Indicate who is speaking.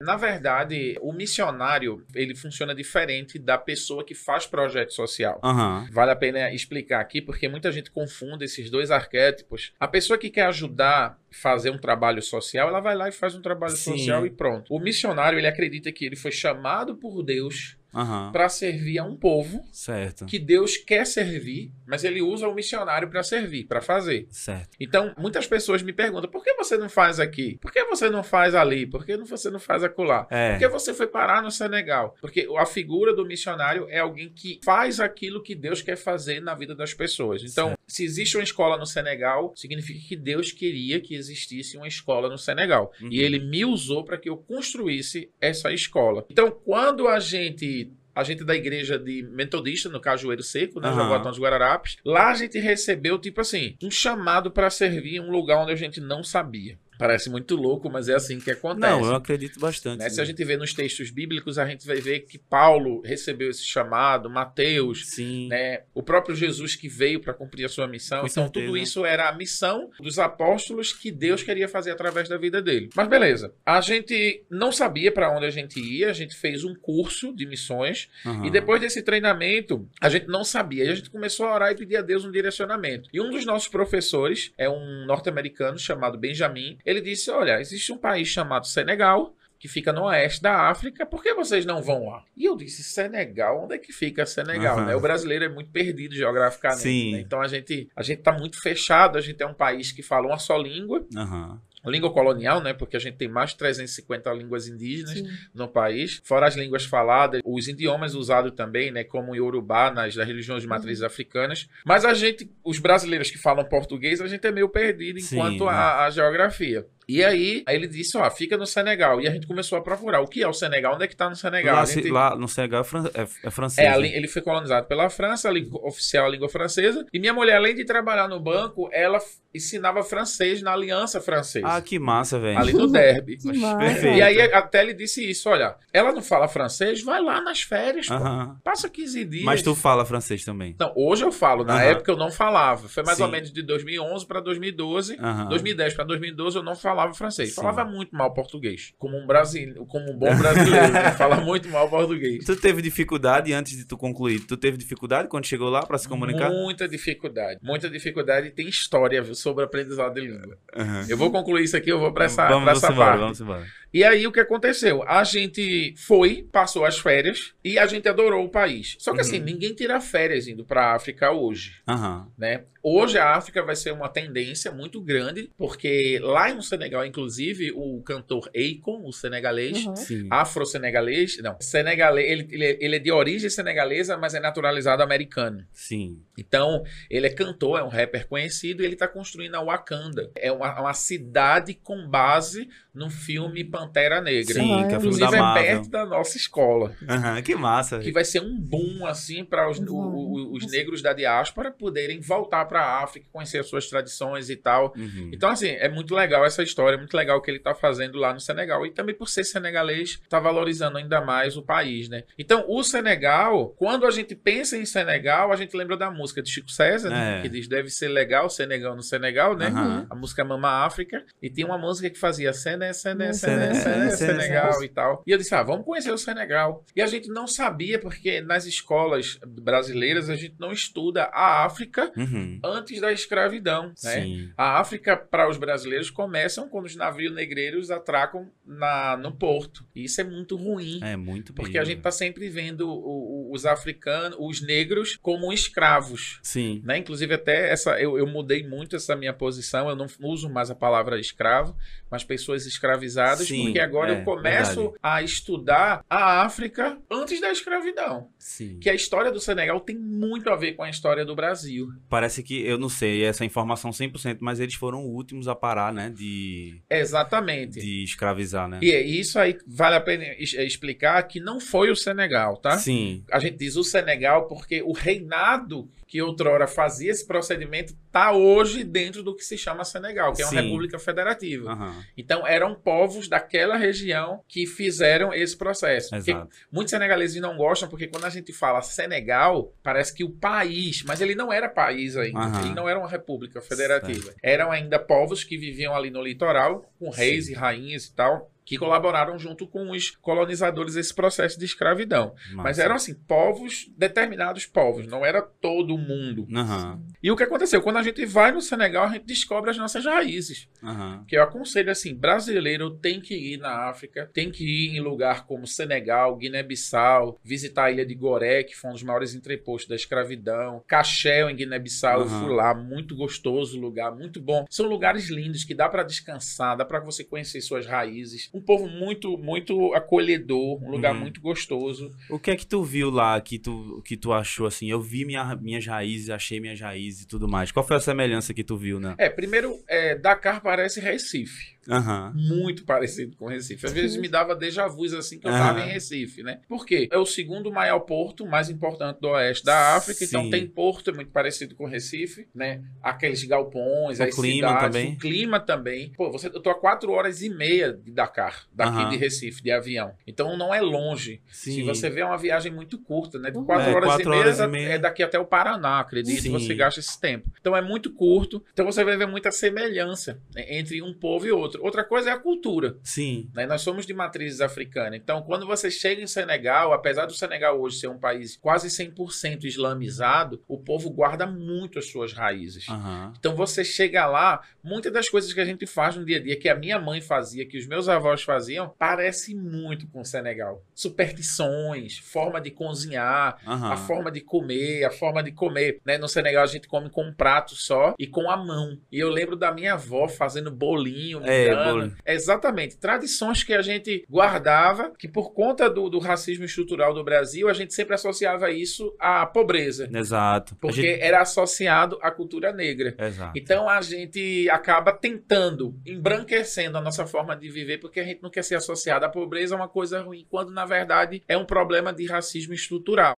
Speaker 1: Na verdade, o missionário, ele funciona diferente da pessoa que faz projeto social.
Speaker 2: Aham.
Speaker 1: Vale a pena explicar aqui, porque muita gente confunde esses dois arquétipos. A pessoa que quer ajudar a fazer um trabalho social, ela vai lá e faz um trabalho
Speaker 2: Sim.
Speaker 1: social e pronto. O missionário, ele acredita que ele foi chamado por Deus
Speaker 2: Aham.
Speaker 1: para servir a um povo
Speaker 2: Certo.
Speaker 1: que Deus quer servir, mas ele usa o missionário para servir, para fazer.
Speaker 2: Certo.
Speaker 1: Então, muitas pessoas me perguntam: por que você não faz aqui? Por que você não faz ali? Por que não- você não faz acolá?
Speaker 2: É.
Speaker 1: Por que você foi parar no Senegal? Porque a figura do missionário é alguém que faz aquilo que Deus quer fazer na vida das pessoas. Então, se existe uma escola no Senegal, significa que Deus queria que existisse uma escola no Senegal.
Speaker 2: Uhum.
Speaker 1: E ele me usou para que eu construísse essa escola. Então, quando a gente. A gente da igreja de Metodista, no Cajueiro Seco, né?
Speaker 2: Aham.
Speaker 1: Jaboatão dos Guararapes. Lá a gente recebeu, tipo assim, um chamado para servir em um lugar onde a gente não sabia. Parece muito louco, mas é assim que acontece.
Speaker 2: Não, eu acredito bastante.
Speaker 1: Né? Se a gente vê nos textos bíblicos, a gente vai ver que Paulo recebeu esse chamado, Mateus,
Speaker 2: Sim.
Speaker 1: né? o próprio Jesus que veio para cumprir a sua missão.
Speaker 2: Com
Speaker 1: então,
Speaker 2: certeza.
Speaker 1: tudo isso era a missão dos apóstolos que Deus queria fazer através da vida dele. Mas beleza, a gente não sabia para onde a gente ia, a gente fez um curso de missões.
Speaker 2: Aham.
Speaker 1: E depois desse treinamento, a gente não sabia. E a gente começou a orar e pedir a Deus um direcionamento. E um dos nossos professores, é um norte-americano chamado Benjamin, ele disse: Olha, existe um país chamado Senegal. Que fica no oeste da África, por que vocês não vão lá? E eu disse: Senegal, onde é que fica Senegal?
Speaker 2: Aham.
Speaker 1: né? O brasileiro é muito perdido geograficamente.
Speaker 2: Sim.
Speaker 1: né? Então a gente, a gente tá muito fechado, a gente é um país que fala uma só língua,
Speaker 2: Aham.
Speaker 1: língua colonial, né? Porque a gente tem mais de 350 línguas indígenas
Speaker 3: Sim.
Speaker 1: no país, fora as línguas faladas, os idiomas usados também, né, como o Yorubá nas, nas religiões de matrizes africanas. Mas a gente, os brasileiros que falam português, a gente é meio perdido
Speaker 2: Sim, né?
Speaker 1: enquanto a, a geografia. E aí, aí ele disse, ó, fica no Senegal. E a gente começou a procurar o que é o Senegal, onde é que tá no Senegal.
Speaker 2: Lá,
Speaker 1: a gente...
Speaker 2: se- lá no Senegal é, fran... é, é francês.
Speaker 1: É, a
Speaker 2: né?
Speaker 1: lí- ele foi colonizado pela França, a língua oficial é a língua francesa. E minha mulher, além de trabalhar no banco, ela f- ensinava francês na Aliança Francesa,
Speaker 2: Ah, que massa, velho.
Speaker 1: é ali no Derby.
Speaker 3: Que massa.
Speaker 2: perfeito.
Speaker 1: E aí até ele disse isso, olha, ela não fala francês, vai lá nas férias, pô.
Speaker 2: Aham.
Speaker 1: passa 15 dias.
Speaker 2: Mas tu fala francês também.
Speaker 1: Não, hoje eu falo, na
Speaker 2: Aham.
Speaker 1: época eu não falava. Foi mais
Speaker 2: Sim.
Speaker 1: ou menos de 2011 para 2012.
Speaker 2: Aham.
Speaker 1: 2010 para 2012 eu não falava francês.
Speaker 2: Sim.
Speaker 1: Falava muito mal português, como um brasileiro, como um bom brasileiro, né? fala muito mal português.
Speaker 2: Tu teve dificuldade antes de tu concluir? Tu teve dificuldade quando chegou lá pra se comunicar?
Speaker 1: Muita dificuldade, muita dificuldade e tem história viu, sobre aprendizado de língua.
Speaker 2: Aham.
Speaker 1: Eu vou concluir isso aqui, eu vou para essa,
Speaker 2: vamos,
Speaker 1: pra essa
Speaker 2: vamos embora,
Speaker 1: parte.
Speaker 2: vamos embora.
Speaker 1: E aí o que aconteceu? A gente foi, passou as férias e a gente adorou o país. Só que assim,
Speaker 2: Uhum.
Speaker 1: ninguém tira férias indo pra África hoje.
Speaker 2: Aham.
Speaker 1: Né? Hoje a África vai ser uma tendência muito grande, porque lá no Senegal, inclusive, o cantor Akon, o senegalês,
Speaker 3: Uhum.
Speaker 2: Sim.
Speaker 1: afro-senegalês, não, senegalês, ele, ele, ele é de origem senegalesa, mas é naturalizado americano.
Speaker 2: Sim.
Speaker 1: Então, ele é cantor, é um rapper conhecido e ele está construindo a Wakanda. É uma, uma cidade com base no filme Pantera Negra.
Speaker 2: Sim, que é o filme da
Speaker 1: Inclusive é
Speaker 2: Marvel. É.
Speaker 1: perto da nossa escola,
Speaker 2: Aham, Que massa,
Speaker 1: que
Speaker 2: velho.
Speaker 1: vai ser um boom assim para os, o- o- os negros da diáspora poderem voltar para a África, conhecer as suas tradições e tal.
Speaker 2: Uhum.
Speaker 1: Então assim, é muito legal essa história, é muito legal o que ele tá fazendo lá no Senegal e também por ser senegalês, tá valorizando ainda mais o país, né? Então, o Senegal, quando a gente pensa em Senegal, a gente lembra da música de Chico César, né?
Speaker 2: É.
Speaker 1: que diz deve ser legal Senegal no Senegal, né?
Speaker 2: Aham.
Speaker 1: a música Mama África, e tinha uma música que fazia Sené, Sené, Sené,
Speaker 2: Sené, Sené,
Speaker 1: Sené, Senegal
Speaker 2: Senegal.
Speaker 1: e tal. E eu disse, ah, vamos conhecer o Senegal. E a gente não sabia, porque nas escolas brasileiras a gente não estuda a África
Speaker 2: Uhum.
Speaker 1: antes da escravidão, né?
Speaker 2: Sim.
Speaker 1: A África, para os brasileiros, começam quando os navios negreiros atracam na, no porto. E isso é muito ruim.
Speaker 2: É muito bem.
Speaker 1: Porque a gente tá sempre vendo o- o- os africanos, os negros, como escravos.
Speaker 2: Sim.
Speaker 1: Né? Inclusive, até essa eu, eu mudei muito essa minha posição. Eu não uso mais a palavra escravo, mas pessoas escravizadas,
Speaker 2: Sim,
Speaker 1: porque agora
Speaker 2: é,
Speaker 1: eu começo
Speaker 2: verdade.
Speaker 1: a estudar a África antes da escravidão.
Speaker 2: Sim.
Speaker 1: Que a história do Senegal tem muito a ver com a história do Brasil.
Speaker 2: Parece que, eu não sei essa informação 100%, mas eles foram os últimos a parar, né? De,
Speaker 1: Exatamente.
Speaker 2: de escravizar, né?
Speaker 1: E é isso aí vale a pena es- é, explicar que não foi o Senegal, tá?
Speaker 2: Sim.
Speaker 1: A gente diz o Senegal porque o reinado que outrora fazia esse procedimento tá hoje dentro do que se chama Senegal, que é uma
Speaker 2: Sim.
Speaker 1: república federativa.
Speaker 2: Aham.
Speaker 1: Então eram povos daquela região que fizeram esse processo. Porque
Speaker 2: Exato.
Speaker 1: muitos senegaleses não gostam porque quando a gente fala Senegal, parece que o país, mas ele não era país ainda,
Speaker 2: Aham.
Speaker 1: ele não era uma república federativa. Eram ainda povos que viviam ali no litoral com reis
Speaker 2: Sim.
Speaker 1: e rainhas e tal. que colaboraram junto com os colonizadores esse processo de escravidão. Mas eram assim, povos, determinados povos, não era todo mundo.
Speaker 2: Aham,
Speaker 1: E o que aconteceu? Quando a gente vai no Senegal, a gente descobre as nossas raízes.
Speaker 2: aham.
Speaker 1: Que eu aconselho assim, brasileiro tem que ir na África, tem que ir em lugar como Senegal, Guiné-Bissau, visitar a ilha de Goré, que foi um dos maiores entrepostos da escravidão, Caxéu em Guiné-Bissau, eu
Speaker 2: Aham.
Speaker 1: fui lá, muito gostoso o lugar, muito bom. São lugares lindos que dá pra descansar, dá pra você conhecer suas raízes. Um povo muito muito acolhedor, um lugar
Speaker 2: Uhum.
Speaker 1: muito gostoso.
Speaker 2: O que é que tu viu lá que tu, que tu achou assim? Eu vi minha, minhas raízes, achei minhas raízes e tudo mais. Qual foi a semelhança que tu viu, né?
Speaker 1: É, primeiro, é, Dakar parece Recife.
Speaker 2: Aham.
Speaker 1: muito parecido com Recife. Às vezes me dava déjà vus assim que eu tava
Speaker 2: Aham.
Speaker 1: em Recife, né? Por quê? É o segundo maior porto mais importante do oeste da África, então
Speaker 2: Sim.
Speaker 1: tem porto é muito parecido com Recife, né? Aqueles galpões,
Speaker 2: O
Speaker 1: as
Speaker 2: clima
Speaker 1: cidades,
Speaker 2: também.
Speaker 1: o clima também. Pô, você, eu tô a quatro horas e meia de Dakar, daqui
Speaker 2: Aham.
Speaker 1: de Recife, de avião. Então não é longe.
Speaker 2: Sim.
Speaker 1: Se você vê, é uma viagem muito curta, né? De quatro
Speaker 2: É,
Speaker 1: horas,
Speaker 2: quatro
Speaker 1: e, meia,
Speaker 2: horas e
Speaker 1: é-
Speaker 2: meia.
Speaker 1: é daqui até o Paraná, acredito.
Speaker 2: Sim.
Speaker 1: Você gasta esse tempo. Então é muito curto. Então você vai ver muita semelhança né, entre um povo e outro. Outra coisa é a cultura.
Speaker 2: Sim.
Speaker 1: né? Nós somos de matrizes africana. Então, quando você chega em Senegal, apesar do Senegal hoje ser um país quase 100% islamizado, o povo guarda muito as suas raízes.
Speaker 2: Aham.
Speaker 1: Então você chega lá, muitas das coisas que a gente faz no dia a dia, que a minha mãe fazia, que os meus avós faziam, parece muito com o Senegal. Superstições, forma de cozinhar,
Speaker 2: Aham.
Speaker 1: a forma de comer, a forma de comer. Né? No Senegal a gente come com um prato só e com a mão. E eu lembro da minha avó fazendo bolinho,
Speaker 2: É,
Speaker 1: mingana.
Speaker 2: bolinho.
Speaker 1: Exatamente. Tradições que a gente guardava, que por conta do, do racismo estrutural do Brasil, a gente sempre associava isso à pobreza.
Speaker 2: Exato. A
Speaker 1: Porque
Speaker 2: gente-
Speaker 1: era associado à cultura negra.
Speaker 2: Exato.
Speaker 1: Então a gente acaba tentando, embranquecendo a nossa forma de viver, porque a gente não quer ser associado à pobreza, é uma coisa ruim, quando na verdade é um problema de racismo estrutural.